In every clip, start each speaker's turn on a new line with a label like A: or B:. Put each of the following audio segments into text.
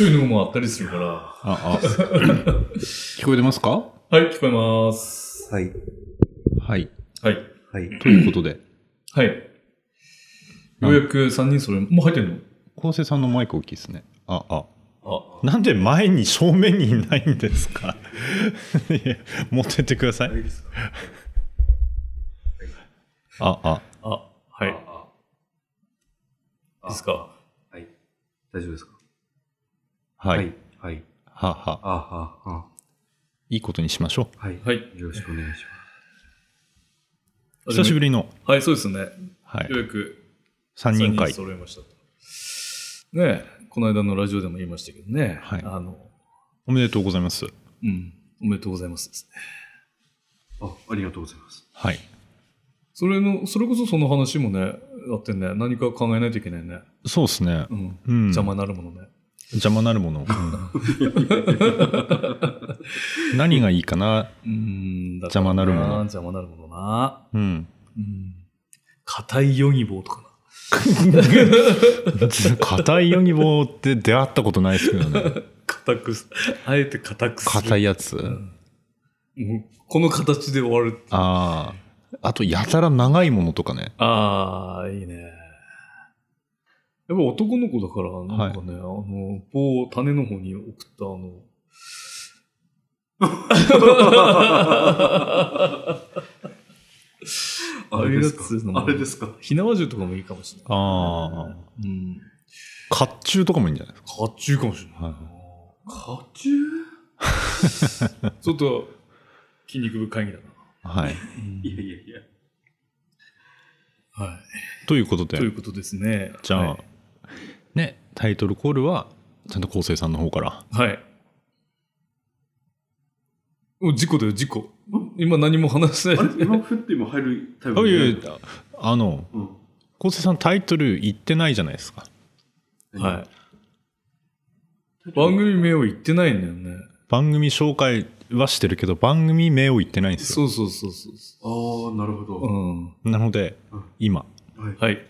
A: いうのもあったりするから。は
B: あ、あ。聞こえてますか
A: い、聞こえます。
C: はい。
B: はい。
A: はい。
C: はい。
B: ということで、
A: はい。ようやく3人それ、もう入ってん
B: 昴生さんのマイク大きいですね。あ、あ。
A: のあ、
B: なんで前に正面にいないんです かいや持ってってください。あ、あ。
A: あ、はい。いいですか
C: はい。大丈夫ですか
B: はい。はい。。
C: はい。
B: はは。
C: あはあ。
B: いいことにしましょ
C: はい。
A: はい。
C: よろしくお願いし
B: う。久しぶ
A: り。
B: りの、
A: はい、そうですね。よ
B: はい、
A: うやく
B: 3
A: 三
B: 人会。
A: 揃えましたと。ねえこの間のラジオでも言いましたけどね。
B: はい
A: あの、
B: おめでとうございます。
A: うん。おめでとうございますですね。
C: ます。あ、ありがとうございます。
B: はい。
A: それの、それこそその話もね、あってね、何か考えないといけないね。
B: そうですね
A: う。ん。
B: うん
A: 邪魔になるものね。
B: 邪魔なるも の。何がいいかな。
A: うん。だ
B: 邪魔なるもの
A: 邪魔なるものな。
B: うん。
A: うん。硬いヨギボーとかな。
B: 硬いヨギボーって出会ったことないですけど ね。
A: 硬くす、あえて硬くする。
B: 硬いやつ。
A: もうこの形で終わる。
B: ああ。あと、やたら長いものとかね。
A: ああ、いいね。やっぱ男の子だから、なんかね、あの、棒を種の方に送ったあの、あれですか
C: あれですか
A: 火縄銃とかもいいかもしれない。
B: ああ。
A: うん。
B: 甲冑とかもいいんじゃないです
A: 甲冑かもしれない。
B: か。
C: カチュー
A: ちょっと、筋肉部会議だ
B: はい。
C: いやいやい や。
A: な。は
B: ということ
A: い。とい
B: で、
A: うことですね。
B: じゃ
A: は
B: あ、ね、タイトルコールは、ちゃんと昴生さんの方から。
A: い。はい。お事故だよ、事故。今何も話してな
C: あ
A: い。
C: れ今、ふって今入るタイミン
B: あ
C: グ
B: いや
C: で
B: いや、あの、
C: うん。
B: 昴生さんタイトル言ってないじゃないですか。
A: はい。番組名を言ってないんだよね。
B: 番組紹介はしてるけど、番組名を言ってないんですよ。
A: そうそうそうそうそ
C: ああ、なるほど。
A: う。うん。
B: なので
C: うん、
B: 今、
C: はい。
A: はい。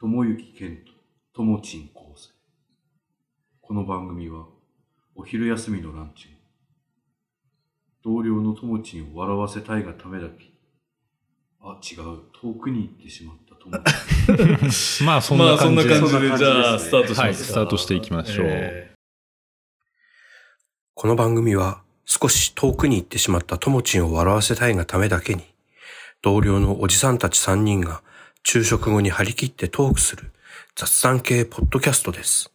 C: ともゆきけんと、ともちん構成。この番組は、お昼休みのランチを、同僚のともちんを笑わせたいがためだけ、あ、違う、遠くに行ってしまったともち
B: まあそん
A: ま
B: な
A: あそん
B: 感
A: な
B: じ
A: 感
B: で
A: じで、じゃあ、スタートしますか。
B: はいスタートしていきましょう
A: え
D: この番組は少し遠くに行ってしまったともちんを笑わせたいがためだけに、同僚のおじさんたち3人が昼食後に張り切ってトークする雑談系ポッドキャストです。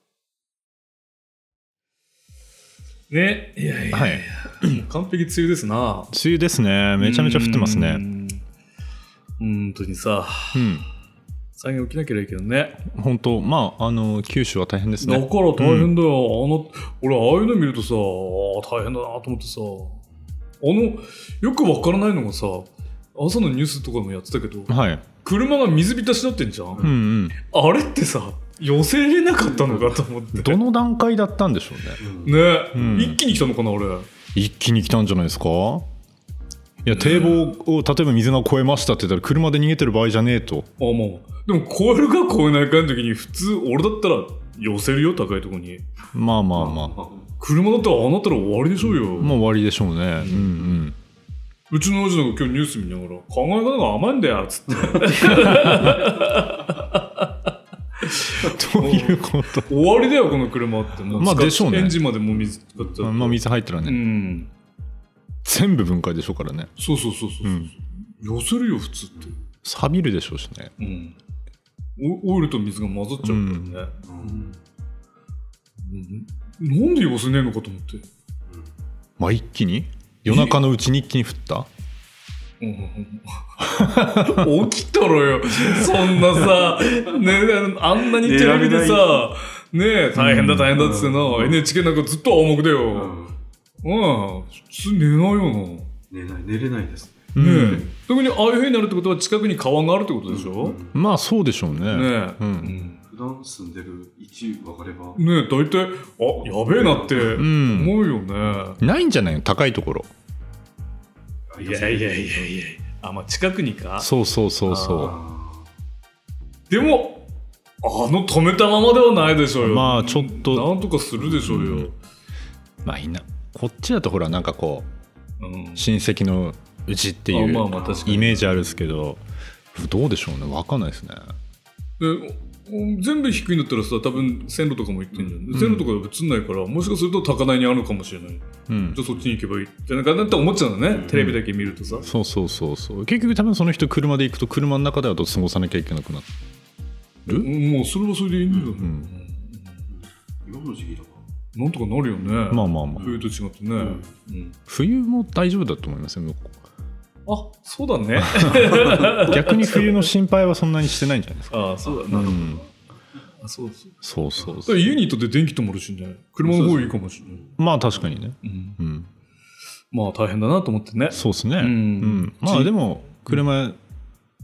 A: ーね。いやいや、
B: はい。梅
A: 完璧梅雨ですな。
B: 雨ですね。めちゃめちゃ降ってます
A: う
B: ね。
A: ん。本当にさ、
B: うん。
A: 最近起きなければいいけどね。
B: 本当まあ、あの、九州は大変です
A: だから
B: ね。
A: 大変だよ。あの、俺、ああいうの見るとさ、あー大変だなと思ってさ、あの、よくわからないのがさ、朝のニュースとかもやってたけど、
B: はい。
A: 車が水浸しになってんじゃん。
B: うんうん。
A: あれってさ、寄せれなかったのかと思って。
B: どの段階だったんでしょうね。
C: ん。
A: ね、
B: うん
A: 一気に来たのかな、俺。
B: 一気に来たんじゃないですかいや、堤防を例えば水が越えましたって言ったら、車で逃げてる場合じゃねえと。
A: ああまあ、でも超えるか超えないかの時に普通俺だったら寄せるよ高いとこに
B: まあまあまあ。
A: 車だったらああなったら終わりでしょうよ、
B: もう終わりでしょうね。うんうん。
A: うちの親父なんか今日ニュース見ながら考え方が甘いんだよっつって
B: ということ。
A: 終わりだよこの車っても
B: まあ
A: 使っ
B: でしょうね
A: エンジンまでもう水使っちゃう
B: まあ、水入ったら
A: う
B: ね、
A: ん
B: 全部分解でしょうからね。
A: そうそうそうそう、
B: うん
A: 寄せるよ普通って
B: 錆びるでしょうしね。
A: うんオオイルと水が混ざっちゃうからね、
C: うん
A: うんなんで寄せねえのかと思って、
B: まあ、一気に夜中のうちに一気に降った
A: うん起きたろよそんなさ、ね、あんなにテレビでさねえ大変だ大変だっつってな、
C: うん
A: NHK なんかずっと青目だ
C: う
A: よ、
C: ん
A: うん、普通寝ないよ
C: 寝ない、寝れないです。
B: う
A: な、ね
B: ん
A: え特にああいうふうになるってことは近くに川があるってことでし
C: う
A: ょ、
C: ん
B: まあそうでしょうね。
A: ね
B: う
A: え、
B: ん。
C: 普段住んでる位置分かれば、
A: ねえ大体あやべえなって
B: う
A: 思
B: ん。
A: うよね、
B: ないんじゃないの高いところ。
A: いやいやいやいやあまあ近くにか
B: そうそうそうそ
A: でもあの止めたままではないでしょうよ。
B: まあちょっと
A: なんとかするでしょうよ。
B: まあいいなこっちだとほらなんかこ
A: うん
B: う。親戚のうちっていう
A: あまあまあ確かに
B: イメージあるんですけどどうでしょうね分かんないですね
A: で全部低いんだったらさ多分線路とかも行ってんじゃん、線路とか映んないからもしかすると高台にあるのかもしれないじ
B: うん
A: ゃあそっちに行けばいいじゃないかなって思っちゃうのね、テレビだけ見るとさ
B: そうそうそうそう結局多分その人車で行くと車の中ではと過ごさなきゃいけなくなって
A: うんもうそれはそれでいいんだよ、
B: う
A: ね
B: ん
C: 今の時期だか
A: なんとかなるよね、
B: まあまあまあ
A: 冬と違ってね、
C: ん
A: うん
B: 冬も大丈夫だと思いますよ向こ
A: あそうだ ね
B: う逆に冬の心配はそんなにしてないんじゃないですか、
A: あそうだ
B: う
A: な、
B: ん、
A: あそうそう
B: そうそう
A: だか
B: そう
A: ら家にいたって電気止まるしね車の方がいいかもしれない、
B: まあ確かにね、
A: うん、
B: うん、
A: まあ大変だなと思ってね
B: そうです
A: ん
B: ね、うんまあでも車、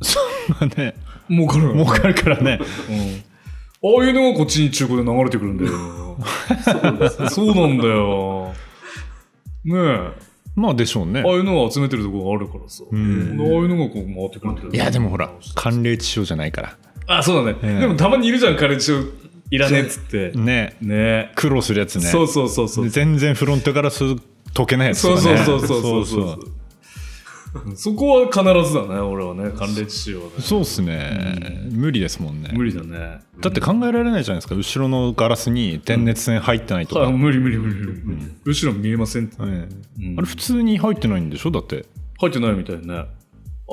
B: そんなね
A: 儲かる
B: 儲かるからね
A: うん、ああいうのがこっちに中古で流れてくるんだよ。そうなんだよ。ね
B: まあでしょうね
A: え。ああいうのを集めてるところがあるからさ。
B: ん
A: ああいうのがこう回ってくるんだよ。
B: いやでもほら寒冷地症じゃないから
A: あ、そうだね。
B: ええ
A: でもたまにいるじゃん、彼氏をいらねえっつって。
B: ね
A: ね
B: 苦労するやつ
A: え。
B: ね
A: そうそうそうそう。
B: 全然フロントガラス溶けないやつ
A: そ
B: と
A: う
B: か
A: そう
B: ね
A: そうそうそうそ
B: そう
A: うそう。そこは必ずだね、俺はね。関連仕様はね。
B: そうっすね、無理ですもんね
A: 無理だね。
B: だって考えられないじゃないですか後ろのガラスに電熱線入ってないとか、
A: あ無理無理無理無理。後ろ見えませんって。
B: ええ
A: うん
B: あれ普通に入ってないんでしょだって
A: 入ってないみたいね。
C: ら。へ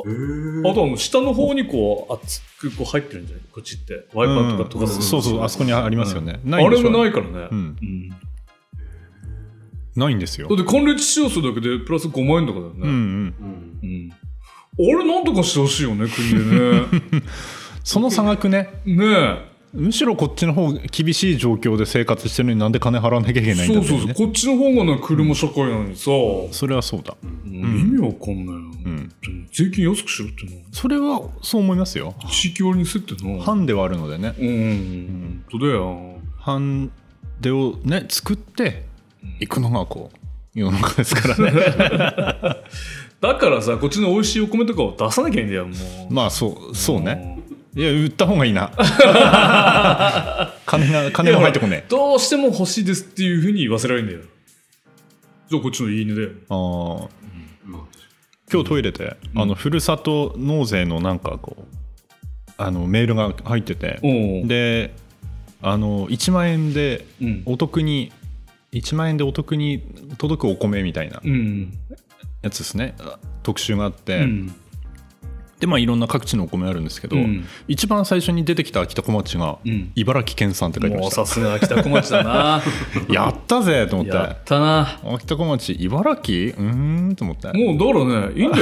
C: ー
A: あとはもう下の方にこう熱くこう入ってるんじゃないこっちって。ワイパーとかとかする、
B: そうそうあそこにありますよね、
A: あ
B: ないんで
A: れ
B: しょ
A: もないからね。
B: う
A: うんんだ
B: ないんですよ
A: って寒冷地使用するだけでプラス5万円とかだよ
B: うんう
A: ね。
B: ん
C: うん
A: うんあれなんとかしてほしいよね、 国で
B: その差額ね
A: ね。ね
B: むしろこっちの方厳しい状況で生活してるのになんで金払わなきゃいけ
A: え。
B: ないん
A: そ
B: だ
A: う
B: ってい
A: そう
B: ね
A: そう。こっちの方がね、車社会なのにさ、
B: それはそうだ、
A: うん意味わかんないよ。
B: うん、
A: 税金安くしろってな。
B: それはそう思いますよ
A: 地域割にせってな。
B: ハンデはあるのでね
A: うんうん。本当だよ。
B: ハンデをね作っていくのがこう世の中ですからね
A: だからさ、こっちの美味しいお米とかを出さなきゃいいんだよ、もう。
B: まあそうそうねいや売った方がいいな金が金も入ってこねえ
A: どうしても欲しいですっていうふうに言わせられるんだよじゃあこっちのいい犬だよ
B: あー
C: まあ
B: 今日トイレで、あのふるさと納税のなんかこうあのメールが入ってて、
A: お
B: であの1万円で
A: うん
B: お得に、1万円でお得に届くお米みたいな
A: うん
B: やつですね、特集があって、
A: うん
B: でまあいろんな各地のお米あるんですけど、
A: うん
B: 一番最初に出てきた秋田小町が、
A: うん
B: 茨城県産って書いてま
A: もう
B: し
A: さすが秋田小町だ な
B: たやったぜと思って
A: やったな
B: 秋田小町茨城うーんと思って
A: もうだからねいいんだ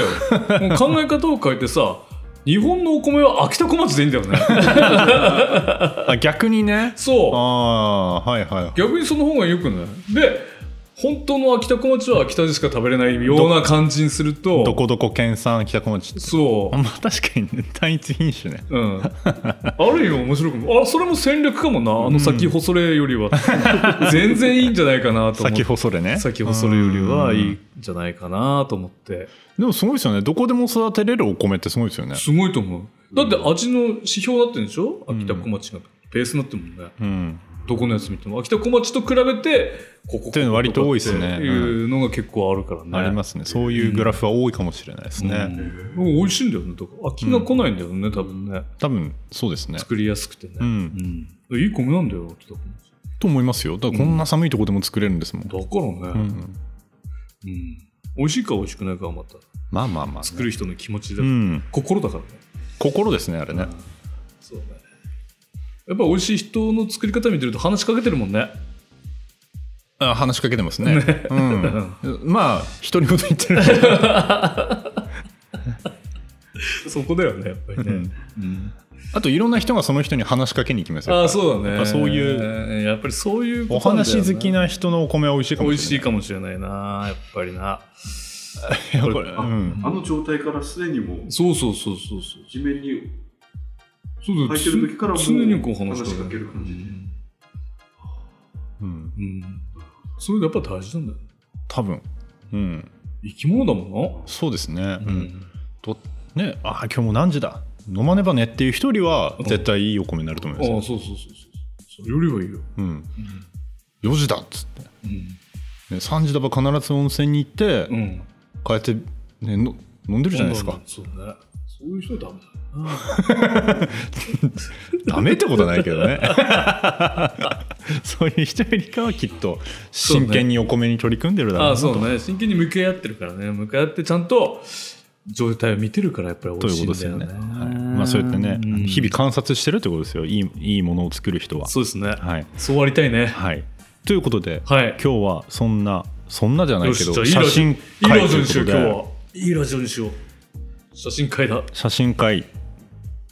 A: よもう考え方を変えてさ日本のお米は秋田小町でいいんだよ ね
B: あ逆にね
A: そう
B: ああはいはい
A: 逆にその方がよくないで本当の秋田小町は秋田でしか食べれないような感じにすると
B: どこどこ県産秋田小町
A: そ
B: あまあ確かにね単一品種ね
A: う、うん、ある意味面白くもあそれも戦略かもなあの先細れより は全然いいんじゃないかなと思って
B: 先細れね
A: 先細るよりはいい
B: うん
A: んじゃないかなと思って
B: でもすごいですよねどこでも育てれるお米ってすごいですよね
A: すごいと思うだって味の指標になってるんでしょ秋田小町がベースになってるもんね
B: うん
A: どこのやつ見ても秋田小町と比べてここここ
B: っていうの割と多いですね
A: ここっていうのが結構あるからね、
B: ありますすねそういうグラフは多いかもしれないですね、
A: うん、美味しいんだよねだから飽きが来ないんだよね、多分ね
B: 多分そうですね
A: 作りやすくてね、
B: うん
A: うんいい米なんだよ秋田小町
B: と思いますよだからこんな寒いとこでも作れるんですもん、
A: だからね、う
B: う
A: んん美味しいか美味しくないかはまた
B: まあまあまあ、ね、
A: 作る人の気持ちだか
B: う
A: ら、
B: ん
A: 心だからね
B: 心ですねあれね
A: そうねやっぱ美味しい人の作り方見てると話しかけてるもんね
B: あ話しかけてますねうん、まあ独り言言ってる、
A: そこだよねやっぱりね、
B: あといろんな人がその人に話しかけに行きます
A: あ
B: よ
A: あそうだ
B: や
A: ね
B: っぱそう
A: いうやっぱりそういう
B: お
A: ことなんだよね
B: 話好きな人のお米は美味しいか
A: 美
B: も
A: 味し
B: し
A: い
B: れない
A: かもしれないなやっぱりな
B: 美味しいかもこれ、うん、
C: あの状態からすでにもう
A: そうそうそうそうそう
C: 地面に
A: そうだ
C: 入ってる時からもう
A: 常にこう話
C: 話
A: し
C: し
A: かけ
C: かけ
A: る
C: る感じで。
B: うん、
A: うんそれやっぱ大事なんだよ
B: 多分うん
A: 生き物だもん
B: そうですね、う
A: な、
B: んとねあー今日も何時だ飲まねばねっていう一人は絶対いいお米になると思い
A: あ
B: ま
A: あ
B: すよ、
A: そうそうそうそうそれよりはいいよ、
B: うん、4時だっつって、ね、
A: うん
B: 3時だば必ず温泉に行って、
A: うん、
B: 帰って、ね、の飲んでるじゃないですか
A: そうねそういう人はダメだ
B: ダメってことはないけ どねそういう人よりかはきっと真剣にお米に取り組んでるだろ
A: あ
B: うな
A: あ
B: と
A: そうね真剣に向き合ってるからね向き合ってちゃんと状態を見てるからやっぱり美
B: と
A: 味
B: いう
A: し
B: こ
A: い
B: と
A: ん
B: です
A: だよね
B: よね。はいまあ、そうやってね、
A: うん
B: 日々観察してるってことですよいいいいものを作る人は。
A: そうですね、
B: はい
A: そうありたいね
B: はい、ということで、
A: はい
B: 今日はそんなそんなじゃないけど
A: よしじゃあ
B: 写
A: いいラジオいいラジ
B: 真会と
A: オ
B: いう
A: にしよう今日はいいラ
B: ことで
A: ジオにしよう写真会だ
B: 写真会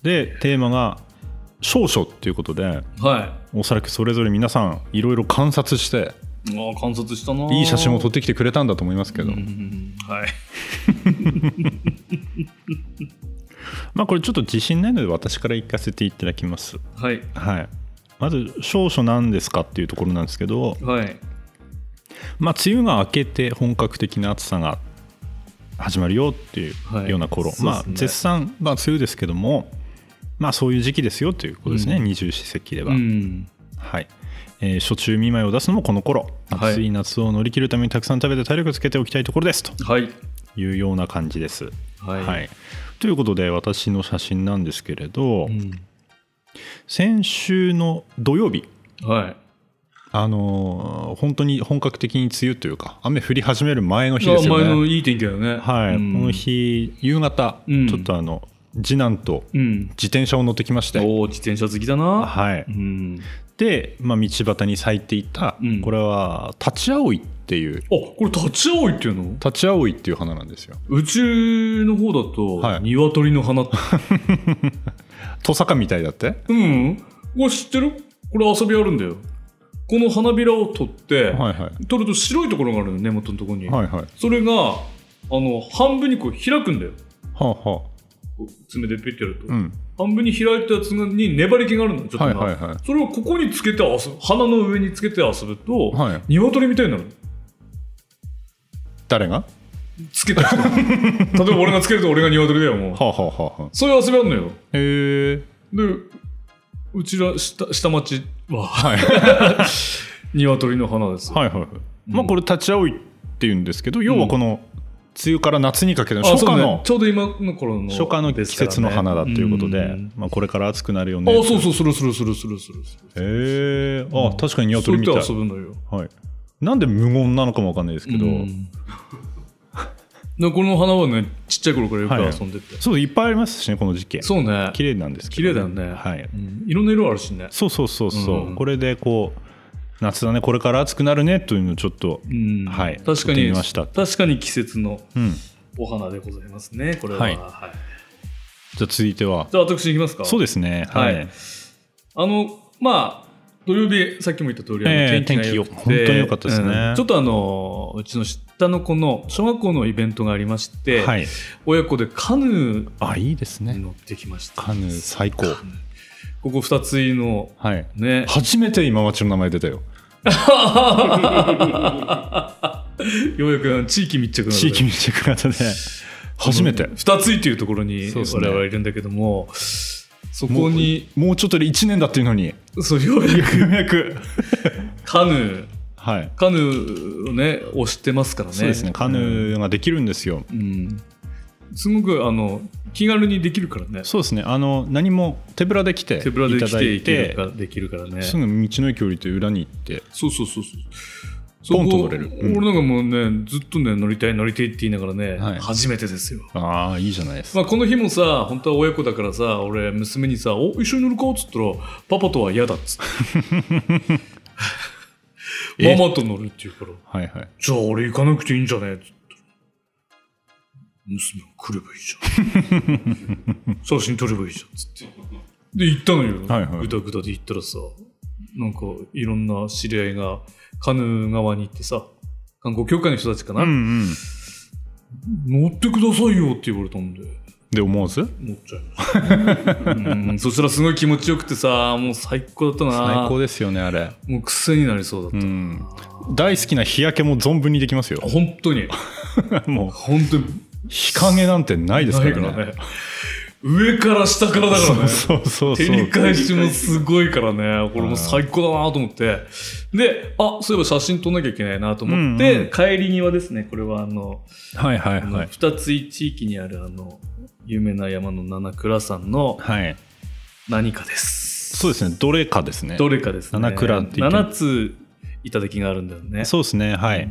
B: でテーマが「少々」っていうことで
A: は
B: おそらくそれぞれ皆さんいろいろ観察して
A: いああ観察したない
B: いい写真を撮
A: っ
B: ってきてくれたんだと思いますけど、
A: はい
B: まあこれちょっと自信ないので私から行かせていただきます。
A: はい
B: はいまず少々なんですかっていうところなんですけど、
A: はい
B: まあ、梅雨が明けて本格的な暑さが始まるよってい
A: は
B: う
A: い
B: ような
A: そ
B: 頃、
A: うですね
B: まあ、絶賛、まあ、梅雨ですけども、まあ、そういう時期ですよということですね、
A: うん
B: 二十四節気では、
A: うん
B: はいえー、初中見舞いを出すのもこの頃
A: はい
B: 暑い夏を乗り切るためにたくさん食べて体力つけておきたいところですと
A: はい
B: いうような感じです、
A: は
B: はい
A: い
B: ということで私の写真なんですけれど、
A: うん
B: 先週の土曜日
A: はい
B: あのー本当に本格的に梅雨というか雨降り始める前の日
A: いや
B: ですよね
A: 前のいい天気だよね
B: はい、
A: うん
B: この日夕方、
A: うん
B: ちょっとあの次男と
A: うん
B: 自転車を乗ってきまして、
A: おお自転車好きだな
B: はい、
A: うん
B: で、まあ、道端に咲いていた、
A: うん
B: これはタチアオイっていう
A: あこれ立ち葵っていうの
B: タチアオイっていう花なんですよ
A: うちの方だ
B: は
A: と
B: い
A: 鶏の 花って、
B: トサカみたいだって
A: うんこれ知ってるこれ遊びあるんだよこの花びらを取って、
B: はいはい
A: 取ると白いところがあるの根元のところに、
B: はいはいは
A: それがあの半分にこう開くんだよ
B: あはあ
A: こう爪でピッてやると、
B: うん
A: 半分に開いたやつに粘り気があるのちょっとな、
B: はいはいはい
A: それをここにつけて遊ぶ花の上につけて遊ぶと、
B: はい
A: 鶏みたいになるの
B: 誰がは
A: つけた 人例えば俺がつけると俺が鶏だよもう
B: あはあはあはあ
A: そういう遊びあるのよ
B: へえ
A: でうちら下下町は
B: はい
A: 鶏の花ですよ、
B: はいはいはい、まあこれタチアオイっていうんですけど要はこの梅雨から夏にかけての初夏
A: あそう
B: の、
A: ね、ちょうど今の頃の、
B: 初夏の季節の花だということで
A: ん
B: まあ、これから暑くなるよ
A: あ
B: ね
A: そうそうするするするするするする
B: へえあ確かに
A: そう
B: 鶏みたい
A: やって遊ぶのよ
B: はい、なんで無言なのかもわかんないですけど、
A: うんでこの花はねちっちゃい頃からよ
B: はい
A: く遊んでて、
B: そういっぱいありますしねこの時期
A: そうね
B: 綺麗なんですけ
A: 綺
B: ど、
A: 麗だよね、
B: はい、
A: うんいろんな色あるしね
B: そうそうそうそう、
A: うん
B: これでこう夏だねこれから暑くなるねというのをちょっと、
A: うん
B: はい
A: 確か
B: 撮ってみ
A: に
B: ました
A: 確かに季節の
B: うん、
A: お花でございますねこれは、
B: は
A: は
B: い
A: い
B: じゃあ続いては
A: じゃあ私いきますか
B: そうですねはい、
A: はいあのまあ土曜日さっきも言った通り、あの
B: ええ
A: 天気が
B: 天気
A: 良
B: よ
A: くて
B: 本当に良かったですね
A: うんちょっとあのうちの下の子の小学校のイベントがありまして、
B: はい、
A: 親子でカヌー
B: あいいです
A: に
B: ね
A: 乗ってきました
B: カヌー最高
A: ここ二つ井の
B: はい
A: ね
B: 初めて今町の名前出たよ
A: ようやくあの地域密着なので
B: 地域密着型で初めて
A: 二つ井というところに
B: そうです
A: 我
B: ね
A: 々はいるんだけどもそこに
B: もうちょっとで1年だっていうのによ
A: そうようやく
B: うやく
A: カヌー
B: はい
A: カヌーをね押してますからね
B: そうですねカヌーができるんですよ、
A: うんすごくあの気軽にできるからね
B: そうですねあの何も手ぶらで来てい
A: 手ぶらで
B: た
A: 来
B: だ
A: て
B: い
A: いける
B: て
A: からできるからね
B: すぐ道の駅降りて裏に行って
A: そうそうそうそうそ
B: ポンと
A: こ
B: 乗れるうん
A: 俺なんかもうねずっとね乗りたい乗りたいって言いながらね、
B: はい
A: 初めてですよ
B: ああいいじゃないですか、
A: まあ、この日もさ本当は親子だからさ俺娘にさ「お一緒に乗るか?」っつったら「パパとは嫌だ」っつって
B: え
A: ママと乗るって言うから「
B: はいはい
A: じゃあ俺行かなくていいんじゃねえ」っつって娘が来ればいい じゃん写真撮ればいいじゃん」っつってで行ったのよ、
B: はいはい
A: ぐだぐだで行ったらさなんかいろんな知り合いがカヌー側に行ってさ観光協会の人たちかな、
B: うんうん
A: 乗ってくださいよって言われたんで
B: で思わず
A: 思っちゃいま した、うんそしたらすごい気持ちよくてさもう最高だったな
B: 最高ですよねあれ
A: もう癖になりそうだった、
B: うん大好きな日焼けも存分にできますよ
A: 本当に
B: もう
A: 本当に
B: 日陰なんてないですからね
A: ないからね上から下からだからね。
B: そうそうそう
A: 照り返しもすごいからね、これもう最高だなと思って。で、あ、そういえば写真撮んなきゃいけないなと思って、
B: うんう
A: 帰り際ですね、これはあの、
B: はいはい
A: あの
B: はい
A: 二つい地域にあるあの、有名な山の七倉山の
B: はい
A: 何かです。
B: そうですねどれかですね
A: どれかですね。
B: 七倉って言っても
A: 7ついただきがあるんだよね。そ
B: そうですねはい、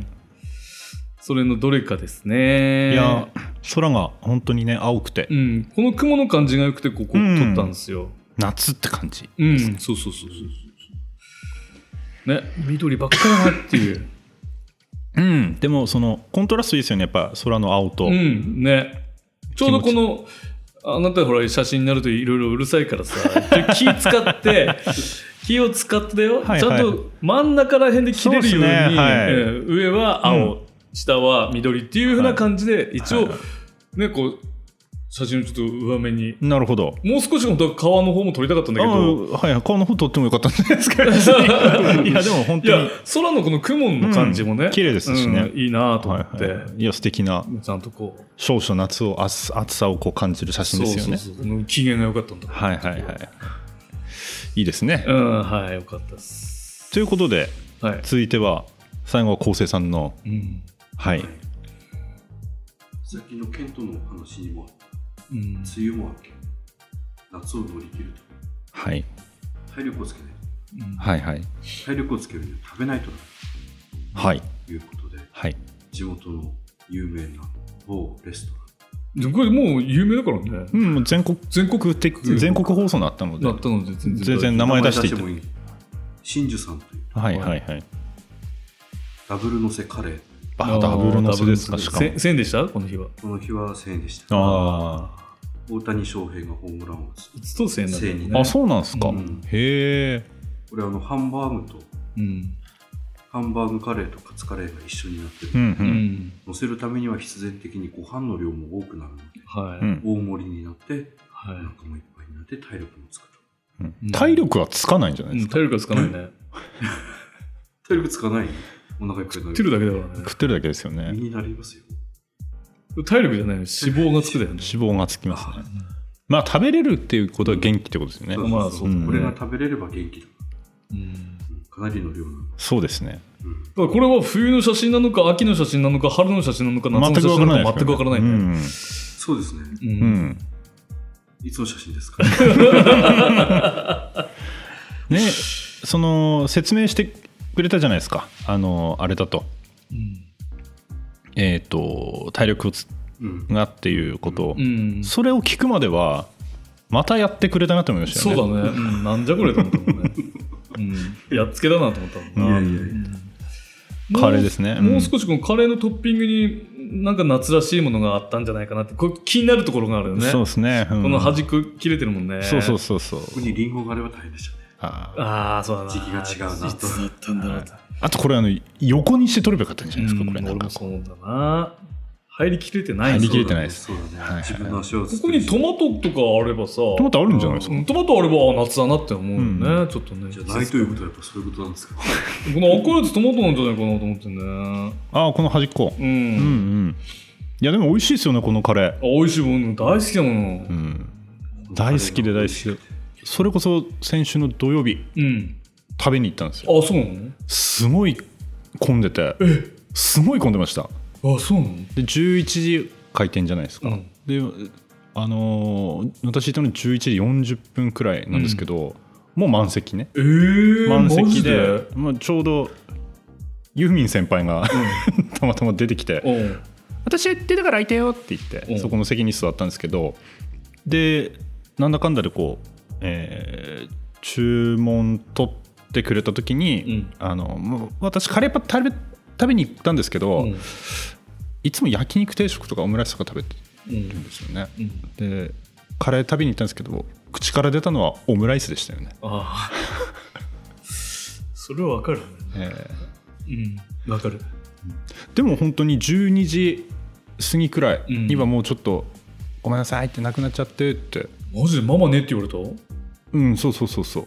A: れのどれかですね。
B: いや空が本当にね青くて、
A: うん、この雲の感じが良くてここ
B: うん
A: 撮ったんですよ。
B: 夏って感じ
A: うん、そうそうそうそうそう。ね、緑ばっかりなっていう。
B: うんでもそのコントラストいいですよねやっぱ空の青と、
A: うん、ね。ちょうどこの、あなたほら写真になるといろいろうるさいからさ、 気使って、気を使ってだよ、
B: はいはい
A: ちゃんと真ん中ら辺で切れるように、
B: そうですねはい
A: うん上は青、
B: うん
A: 下は緑っていうふうな感じで、一応、
B: は
A: ね、こう、写真をちょっと上目に。
B: なるほど
A: もう少し本当は川の方も撮りたかったんだけ
B: あ
A: ど、
B: はいはい顔の方撮ってもよかったんじゃないですかいやでも本
A: いや
B: 当に、
A: 空のこの雲の感じもね、
B: うん綺麗ですしね
A: うんいいなと思
B: は
A: って、
B: いはい、いや素敵な
A: ちゃんとこう、
B: 少々夏を暑暑さをこう感じる写真ですよね
A: そうそうそうこの機嫌が良かったんだ。
B: はいはいはいいいですね、
A: うん、はい、良かったです。
B: ということで
A: はい。
B: 続いては最後は昴生さんの
A: うん。
B: はい
C: さっきのケントのお話にもあった
A: うん
C: 梅雨も明け夏を乗り切るた
B: はい
C: め体力をつけない
B: はいはい
C: 体力をつけるには食べないとな
B: はい
C: ということで
B: はい
C: 地元の有名な某レスト
A: でこれもう有名だからね。
B: うん、もう全国
A: 全国
B: 的全国放送になったので
A: だったので全然。
B: 全然
C: ラ
B: 名
C: ン
B: 前出してい
C: 名
B: た
C: 前もいい真珠さんという
B: はいはいはい
C: ダブルのせカレー
B: あダブルのせですかしかも
A: せ1000でしたこの日は。
C: この日は1000円でした
B: あ
C: 大谷翔平がホームランを打つ
A: いつと1000なんだよね
C: 1000
B: ーあそうなんですか、
C: うん
B: へえ
C: これあのハンバーグと
A: うん。
C: ハンバーグカレーとカツカレーが一緒になってる、
B: うんう
A: うんん。
C: 乗せるためには必然的にご飯の量も多くなるので
A: は
B: う
A: い。
B: ん、
C: 大盛りになって
A: は
C: お
A: い
C: 腹もいっぱいになって体力もつくと
B: うん体力はつかないんじゃな
A: う
B: いで
A: ん。
B: すか、
A: 体力がつかないね。
C: 体力つかないお腹いっぱいにな
A: 食ってるだけだからね。
B: 食ってるだけですよね
C: 身になりますよ
A: 体力じゃないの脂肪がつくだよね。
B: 脂肪がつきますねまあ食べれるっていうことは元気ってことですよね、
C: そう
A: まあ
C: そう
B: そうだね
C: これが食べれれば元気だ、
A: うん。
C: うんかなりの量なの
B: そうですね
A: だからこれは冬の写真なのか、秋の写真なのか、春の写真なのか、夏の写真なのか全くわからない
B: ね
A: ね。
C: そうですね
A: う。
B: うん、うんん
C: いつの写真ですか
B: ねその説明してくれたじゃないですかあのあれだと
A: うん
B: えっ、と体力をつ
C: うん
B: がっていうことを、
A: うん。
B: それを聞くまではまたやってくれたなと思いました
A: そう
B: よね
A: だね。うんなんじゃこれと思ったもんね。うん。 やっつけだなと思ったもんね。
B: う
C: い
B: ん
C: やいやいや
A: もう
B: カレーですねうん
A: もう少しこのカレーのトッピングになんか夏らしいものがあったんじゃないかなってこれ気になるところがあるよね
B: そうですね、うん
A: この端っこ切れてるもんね
B: そうそうそうそう
C: ここにリンゴがあれば大変でしたね
B: あー
A: ああそうだな
C: 時期が違うなと
A: いつだったんだろうと
B: あとこれあの横にして取ればよかったんじゃないですか、
A: うん
B: これなん
A: 俺
B: か
A: もそう思うんだな入りきれてない
B: 入り
A: ぞ
B: きれてないです
C: そうだねそうだ
B: は
C: ね
B: いはい
C: 自分の足を
A: ここにトマトとかあればさ
B: トマトあるんじゃないですか、
A: うんトマトあればあ夏だなって思うよね、
B: う
A: ちょっとね
C: じゃないということはやっぱそういうことなんで すか
A: この赤いやつトマトなんじゃないかなと思ってね
B: ああこの端っこ
A: う、
B: うんうんんいやでも美味しいですよねこのカレー
A: あ美味しいもの大好きだもの
B: うん大好きで大好きでそれこそ先週の土曜日
A: うん、
B: 食べに行ったんですよ
A: あそうなの
B: すごい混んでてすごい混んでました
A: あそうなの
B: で11時開店じゃないですか、
A: うん
B: であのー私いたの11時40分くらいなんですけど、もう満席ね
A: えー、
B: 満
A: マ
B: 席
A: ジ
B: で、まあ、ちょうどユーミン先輩が たまたま出てきて
A: うん
B: 私は行ってたから空いてよって言って、
A: うん
B: そこの席に座ったんですけどでなんだかんだでこう、えー注文取ってくれた時に、あのもう私カレーパン食べ食べに行ったんですけど、
A: うん
B: いつも焼肉定食とかオムライスとか食べて
A: う
B: るん
A: ん
B: ですよね
A: うん
B: でカレー食べに行ったんですけど口から出たのはオムライスでしたよね、
A: ああ それはわかるね
B: えー
A: うんわかる
B: でも本当に12時過ぎくらいには
A: うん
B: もうちょっと「ごめんなさい」ってなくなっちゃってって
A: マジでママねって言われたへ
B: うんそうそうそうそう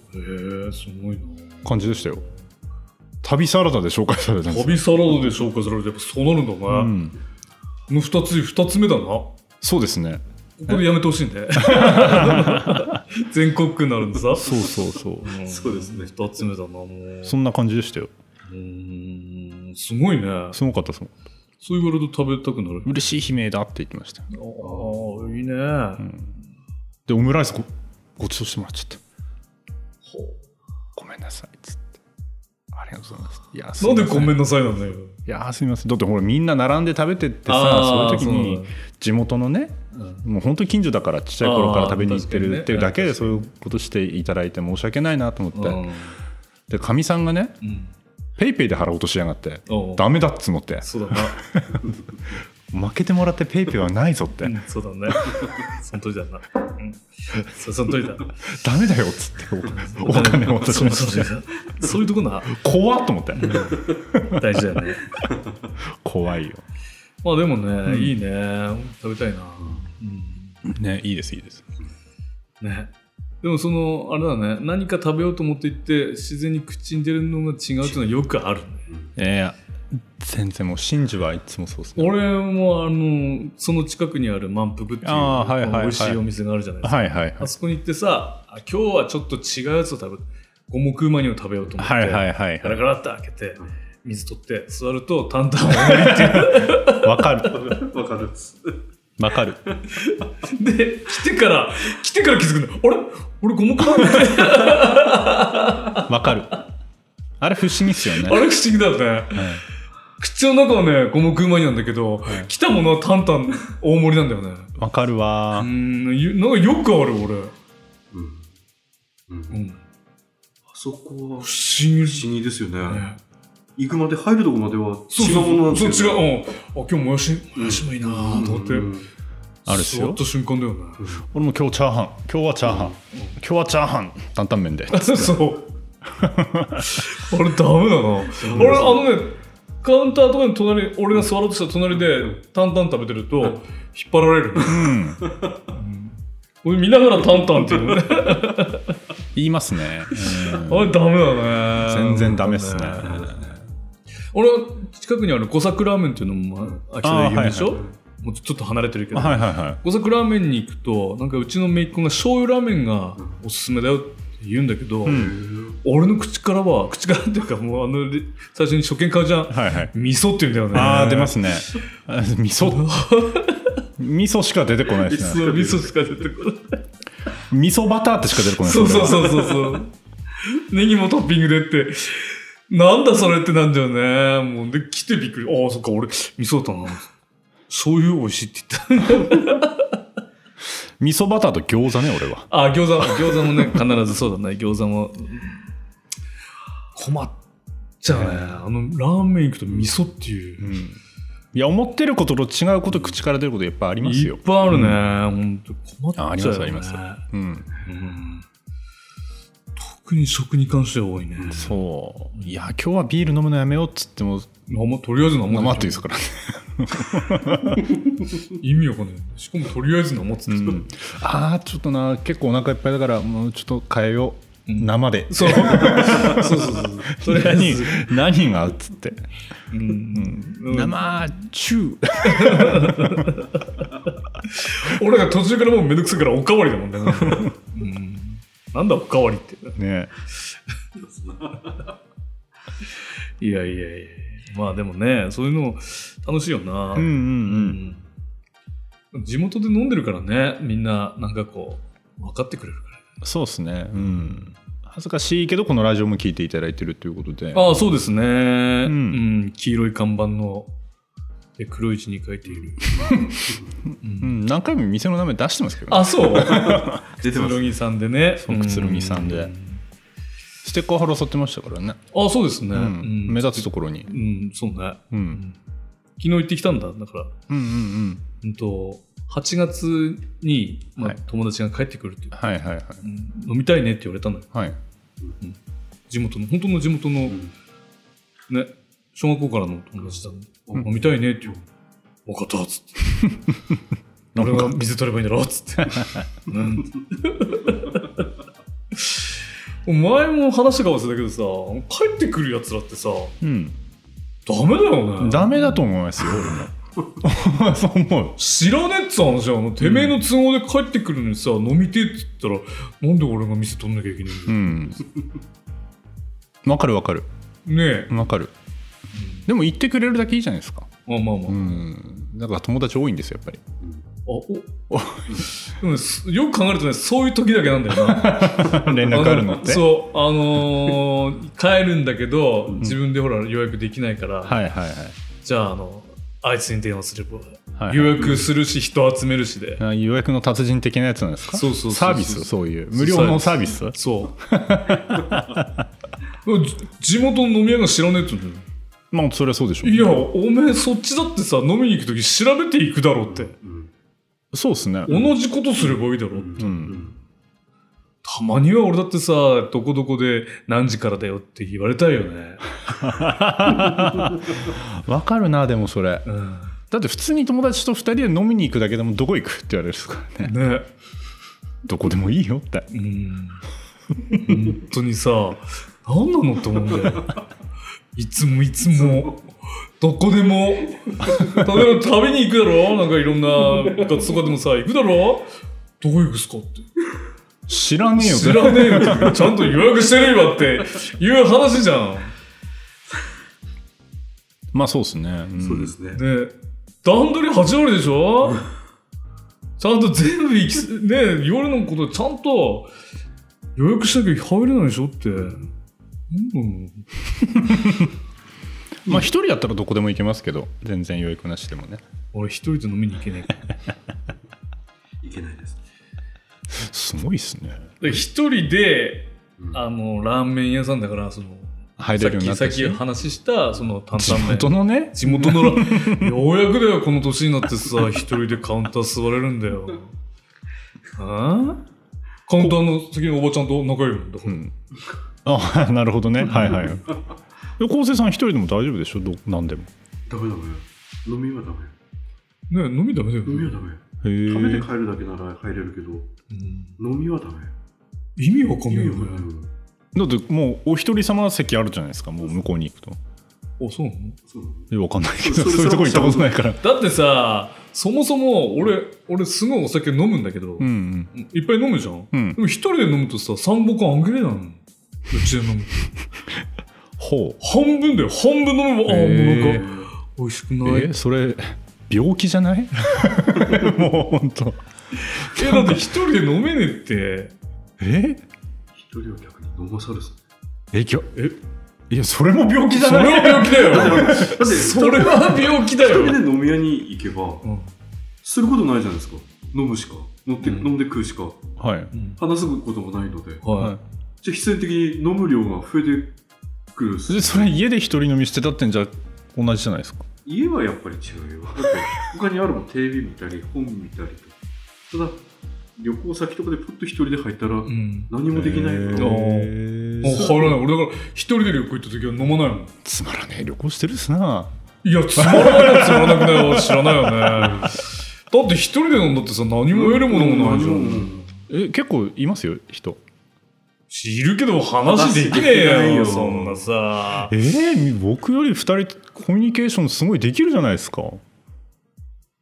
A: えすごいな
B: 感じでしたよ旅サラダで紹介されたんですよ
A: 旅サラダで紹介されるとやっぱそうなるんだね、
B: う
A: も
B: ん、
A: う二つ二つ目だな
B: そうですね
A: これやめてほしいんで。全国区になるんでさ。
B: そうそうそう
A: うん
C: そうですね
A: 二つ目だな、もう。
B: そんな感じでしたよ
A: うーんすごいね。
B: すごかったですもん
A: そう言われると食べたくなる。
B: 嬉しい悲鳴だって言ってましたよ、
A: ああ、いいね。
B: うん、でオムライスごごちそうしてもらっちゃった
A: ほう
B: ごめんなさいっつってありがとうございますいやすい
A: なん
B: ませ
A: でごめんなさいなんだよ。
B: いやすみませんだってほらみんな並んで食べてって
A: あ
B: さ
A: ー
B: そういう時に地元のね
A: そうなんだ
B: もう本当に近所だからちっちゃい頃から食べに行って
A: あー
B: るっていうだけで
A: 確か
B: そ
A: に
B: う
A: ね
B: いうことしていただいて申し訳ないなと思って、
A: うん
B: でかみさんがね
A: うん
B: ペイペイで払おうとしやがって
A: おう
B: ダメだっつもって
A: そうだな。
B: 負けてもらってペイペイはないぞって
A: うんそうだ ね。その通りだな。うんそその通りだ。
B: ダメだよっつっておお 金を渡しま
A: そうそう
B: し
A: そ
B: て
A: うそういうとこな、
B: 怖っと思って
A: 大事だよ ね。
B: 怖いよ
A: まあでもね、
B: ん
A: いいね。食べたいな。うん
B: ねいいですいいです
A: ね。でもその、あれだね、何か食べようと思って行って、自然に口に出るのが違うっていうのはよくあるね。
B: ええ全然もう真珠はいつもそうですね
A: 俺もあのその近くにある満腹っていう
B: あーはいはいはい
A: 美味しいお店があるじゃないですか、
B: はいはいはい
A: あそこに行ってさあ今日はちょっと違うやつを食べ五目マニを食べようと思って、
B: はいはいはい
A: ガ
B: は
A: ラ
B: い
A: ガラって開けて水取って座ると担々麺がいって
B: わかる
C: わかるっす。
B: わかる
A: る で来てから来てから気づくのあれ俺五目 マニあ
B: わかるあれ不思議っすよね
A: れ不思議だよね
B: はい
A: 口の中はね五目マニなんだけど、来たものは担々大盛りなんだよね
B: わかるわ
A: うーんゆなんかよくある俺、
C: うん。うん。あ
A: うん、
C: そこは
A: 不思議
C: 不思議ですよね。
A: ね
C: 行くまで入るとこまでは
A: そう
C: 違うものなんです
A: そう
C: よ
A: 違
C: ね。
A: う、うん、あ今日もやしもやしもいいなと思って、
C: うん
B: あるっす
A: 座っ
B: よ
A: た瞬間だよね、
B: 俺も今日チャーハン今日はチャーハン、今日はチャーハン担々麺で
A: そうあれダメだな俺あのねカウンターとかに隣俺が座ろうとした隣でタンタン食べてると引っ張られる、
B: うん
A: 俺見ながらタンタンっていうのね
B: 言いますね、うん
A: あれダメだね
B: 全然ダメっすね
A: 俺近くにある五作ラーメンっていうのもまあ秋田で有名でしょ、
B: あーは
A: もうちょっと離れてるけど、
B: はいはいは
A: 五作ラーメンに行くとなんかうちの姪っ子が醤油ラーメンがおすすめだよって言うんだけど、
B: い、う、
C: うんん
A: 俺の口からは口からっていうかもうあのり最初に初見買うじゃん、
B: はいはい
A: 味噌っていうんだよね
B: ああ出ますねあ味噌味噌しか出てこないです
A: そ
B: ね
A: う味噌しか出てこない
B: 味噌バターってしか出てこないです
A: そう
B: ね
A: そうそうそうそうネギもトッピングでってなんだそれってなんだよねもうで来てびっくりああそっか俺味噌だな醤油美味しいって言った
B: 味噌バターと餃子ね俺は
A: ああ餃子餃子もね必ずそうだね餃子も困っちゃうねあのラーメン行くと味噌っていう、
B: いや思ってることと違うこと口から出ることやっぱあります
A: い
B: よ
A: っぱいあるね、本当困っちゃうよ、ね、
B: あありますありますうん
A: うん特に食に関しては多いね、
B: そういや今日はビール飲むのやめようっつっても
A: あんまとりあえず生
B: 生って
A: で
B: 言う
A: し
B: す
A: ょ
B: からね、
A: 意味わかんないしかもとりあえず生っつって、
B: うん、ああちょっとな結構お腹いっぱいだからもうちょっと変えよ
A: う
B: う、
A: ん
B: 生で
A: そう そうそうそうそうとりあえ
B: 何
A: ず、
B: 何がっつって
A: うんうん
B: 生チュ ー
A: 俺が途中からもうめんどくさいからおかわりだもんね、うん、なんだおかわりって
B: ね
A: いやいやいやまあでもねそういうの楽しいよな、
B: うんうんうん
A: うん地元で飲んでるからねみんななんかこう分かってくれるから
B: そうですねうん恥ずかしいけどこのラジオも聞いていただいてるということで
A: ああ、そうですね。うんん黄色い看板の、で黒い字に書いている。
B: うん、何回も店の名前出してますけど、ね、
A: あ、そう。
C: 出て
A: く
C: ま
A: つろ
C: す。
A: ぎさんでね。
B: そうくつろぎさんで
A: う
B: ステッカー貼らさってましたからね、
A: あ、そうですね。
B: う
A: うんん
B: 目立つところに、
A: うん、そうね。
B: う、
A: うんん昨日行ってきたんだ。だから、
B: うんうんうん
A: うんと、8月に、ま
B: は
A: あ
B: い、
A: 友達が帰ってくるっていう、
B: はいはいはい
A: うん飲みたいねって言われたのよ。
B: はい
A: 地元の、本当の地元の、
C: ん
A: ね、小学校からの友達だ、
B: ん
A: 飲みたいねって言う。分かったっつって。
B: な
A: 俺
B: んか
A: が水取ればいいんだろうっつ って。うん前も話したかもしれないけどさ、帰ってくるやつらってさ、
B: うん
A: ダメだよね。
B: ダメだと思いますよ俺も そう思う
A: 知らねえっつう話やのてめえの都合で帰ってくるのにさ、飲みてえっつったらなんで俺が店取んなきゃいけないんだ
B: う
A: よ、
B: んわかるわかる
A: ね
B: わかるでも言ってくれるだけいいじゃないですか
A: えあまあまあ、
B: う
A: あ
B: んだから友達多いんですよやっぱり
A: お でもすよく考えるとねそういう時だけなんだよな
B: 連絡あるのって
A: あのそうあのー帰るんだけど自分でほら予約できないから、
B: はいはいはい
A: じゃああのあいつに電話すれば、
B: はい
A: 予約するし人集めるしで、
B: あ予約の達人的なやつなんですか
A: そうそうそうそう
B: サービスそういう無料のサービス
A: そうじ地元の飲み屋が知らねえって言うんだよ
B: まあそれはそうでしょう
A: いやおめえそっちだってさ飲みに行く時調べていくだろうって
C: うん
B: そうですね
A: 同じことすればいいだろう、
B: う
C: うんん
A: たまには俺だってさどこどこで何時からだよって言われたいよね、
B: わかるなでもそれ
A: うん、
B: だって普通に友達と2人で飲みに行くだけでもどこ行くって言われるですからね
A: ね
B: どこでもいいよって
A: うん本当にさ何なのって思うんだよいつもいつもどこでも例えば食べに行くだろなんかいろんな部活とかでもさ行くだろどこ行くっすかって
B: 知らねえよ
A: 知らねえよってちゃんと予約してるよっていう話じゃん
B: まあそうですね、ん
C: そうですね。
A: ね段取り8割でしょちゃんと全部行きす、ね夜のことちゃんと予約しなきゃ入れないでしょって。うん、
B: まあ一人だったらどこでも行けますけど全然予約なしでもね
A: 俺一人で飲みに行けない から。
C: いけないですね。
B: すごいですね
A: で一人で、
C: うん
A: あの、ラーメン屋さんだから、その、
B: 入
A: さ
B: れ
A: っ
B: るよ
A: き、
B: うになっ
A: さった
B: し
A: き話した、その担
B: 地
A: 々麺。
B: 元のね
A: 地元のラーようやくだよ、この年になってさ、一人でカウンター座れるんだよ。 ああカウンターの先のおばちゃんと仲良いんだから。
B: うんあ なるほどねはいはいで昴生さん一人でも大丈夫でしょど何でも
C: ダメダメよ。飲みはダメよ。
A: ね飲みダメだよね。
C: 飲みはダメよ。
B: へ
C: 食べて
B: え
C: 帰るだけなら入れるけ
A: う
C: ど、
A: ん
C: 飲みはダメよ。
A: 意味わかん
C: 意
A: ない
C: 味
A: よ
C: わから
A: ね。
C: んよ。
B: だってもうお一人様席あるじゃないですかもう向こうに行くと
A: あ、そうなの
C: そうなの
B: えわかんないけど
C: それ
B: そういうとこ行ったことないから
A: だってさ、そもそも俺、俺すごいお酒飲むんだけど、
B: うん
A: いっぱい飲むじゃん。
B: うんうん
A: でも一人で飲むとさ、三本缶あげれないの。うちで飲むと。
B: ほう
A: 半分だよ。半分飲めば、ああ、もう
B: へ
A: な
B: え
A: んか、美味しく
B: え
A: ない。
B: ーそれ病気じゃない もう本当
A: え、だって一人で飲めねえって。
B: え
C: 一人は逆に飲まされそう。
B: えきょ
A: え
B: いやそれも病気じゃ
A: そ
B: ない
A: れは病気だよ。
C: だって、
A: それは病気だ
C: 一人
A: よ。
C: で飲み屋に行けば、
A: うん
C: することないじゃないですか。飲むしか。飲って、
A: うん
C: 飲んで食うしか。
B: はい
A: うん
C: 話すこともないので。
A: は
C: じゃあ必然的に飲む量が増えてくる。
B: それそれ家で一人飲みしてたってんじゃ同じじゃないですか
C: 家はやっぱり違うよ。だって、他にあるもん、テレビ見たり、本見たりと。ただ、旅行先とかでポッと一人で入ったら
A: い。う、ん。
C: 何もできない
B: へ
C: から。
B: ー
A: もう入らない。俺だから一人で旅行行った時は飲まないもん。
B: つまらねえ旅行してるっすない
A: や、つまらないやつまらなくないよ。知らないよね。だって一人で飲んだってさ、何も得るものもないじゃ
C: 何も
A: ん。
B: え結構いますよ人
A: いるけど話できね
C: 話できな
A: えよ、
C: いよ
A: そんなさ。
B: えーみ僕より2人コミュニケーションすごいできるじゃないですか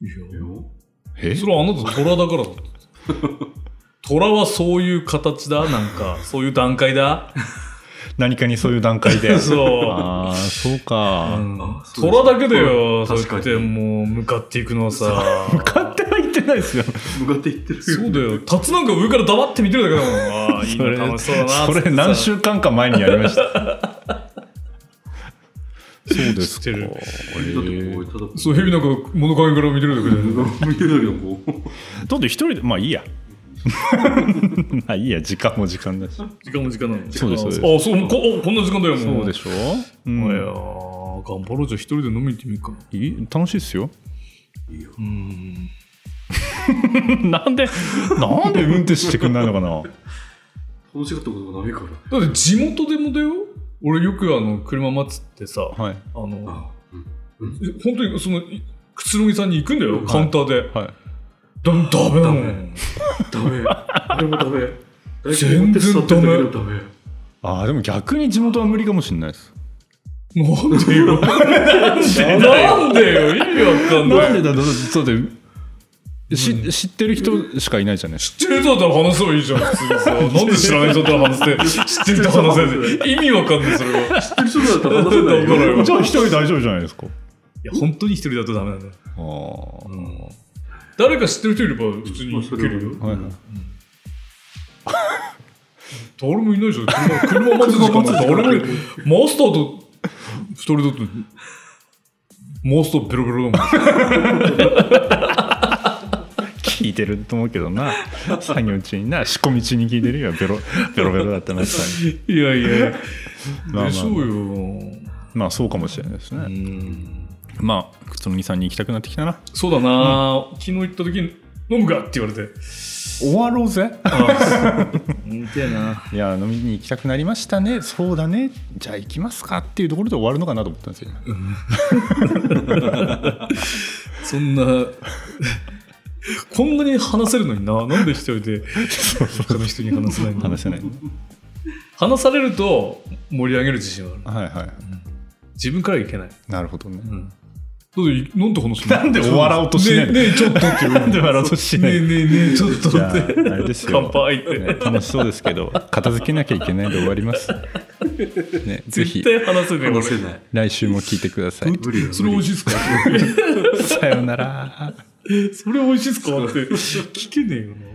A: い
C: い
A: や
C: や
B: え
A: それはあなた虎だからだって。虎はそういう形だなんか、そういう段階だ
B: 何かにそういう段階 で
A: そ
B: ああそう
A: う。う
B: か
A: ん
C: あそうです
A: 虎だけだよ、そうや
C: 確か
A: っ
C: に
A: てもう向かっていくのはさ。
B: 勝手は言ってないですよ
C: 向かっていってる。
A: そうだよ。タツなんか上から黙って見てるだけだもん。ああ、いい
B: そ
A: な、
B: れ
A: 楽しそうだな。
B: そ
A: つ
B: れ何
A: ってさ
B: 週間か前にやりました そうですか
A: 知ってる
C: だってこう、ただこう、
A: そう、蛇なんか物陰から見てるだけだよ。
C: 見てるだけど、こ
B: だって一人でまあいいや まあいいや時間も時間だしそ
A: 時間も時間なの
B: そうですそうです
A: あ、そう、こおこんな時間だよ、もう。
B: うでしょ、う
A: いや
B: ん、
A: ー頑張ろうじゃあ一人で飲みに行ってみるか
B: いい楽しいですよ
C: う。いいよ。
A: うん
B: なんで なんで運転してくんないのかな
C: 楽しかったことがないから。
A: だって地元でもだよ俺よくあの車待つってさあ
B: はい
A: の
C: あうん
A: 本当にそのいくつろぎさんに行くんだよ、
B: い
A: カウンターで
B: は
A: だダメな
C: ダ
A: の
C: ダメ。あれもダメ。
A: 全然ダメ
C: 大根持って座ってるだけでもダメ。
B: ああでも逆に地元は無理かもしれないです
A: なんでよ。 なんでよ。意味わかんな。
B: ないんでだろうそうだよし知ってる人しかいないじゃない
A: 知ってる人だったら話せばいいじゃん、普通にさ。なんで知らない人だったら話して、知ってる人話せず。意味わかんない、それは。
C: 知ってる人だったら話せない
A: なんだろ
C: よ
A: う。
B: じゃあ一人大丈夫じゃないですか
A: いや、本当に一人だとダメなんだよ。
B: ああ、は
A: 誰か知ってる人いれば普通に
C: まあそ
A: 行け
C: れ
A: るよ。
B: いはい
A: 誰もいないじゃん。車車待つ時間だ俺も、マスターと二人だって、マスターベロベロだもん。
B: 聞いてると思うけど な作業中にな仕込み中に聞いてるよベロベロベロだったな って
A: いやい や。
B: まあまあ
A: でしょうよ。
B: まあそうかもしれないですね、
A: うん
B: まあその23に行きたくなってきたな
A: そうだな、昨日行った時に飲むかって言われて。
B: 終わろうぜ
A: 見てえな。
B: いや飲みに行きたくなりましたねそうだねじゃあ行きますかっていうところで終わるのかなと思ったんですよ今
A: そんな、 こんなに話せるのにな。なんで一人で他の人に話せないの
B: 話せない
A: 話されると盛り上げる自信はある。
B: はいはい
A: 自分からはいけない。
B: なるほどね
A: うん。だって、なんて話すの
B: なんで終わろうとしないの
A: ねえねえ、ちょっとって言う
B: なんで笑おうとしない
A: ねえねえねえ、ちょっと
B: じゃあ
A: って。
B: あれですよ
A: 乾杯って
B: ね楽しそうですけど片付けなきゃいけないで終わります、ね、ぜ
A: 絶
B: ひ
A: 対話せない。俺
C: 話せない。
B: 来週も聞いてください
C: 無理だ
A: それ美味しいっすか
B: さようなら
A: それ美味しいっすかって聞けねえよな。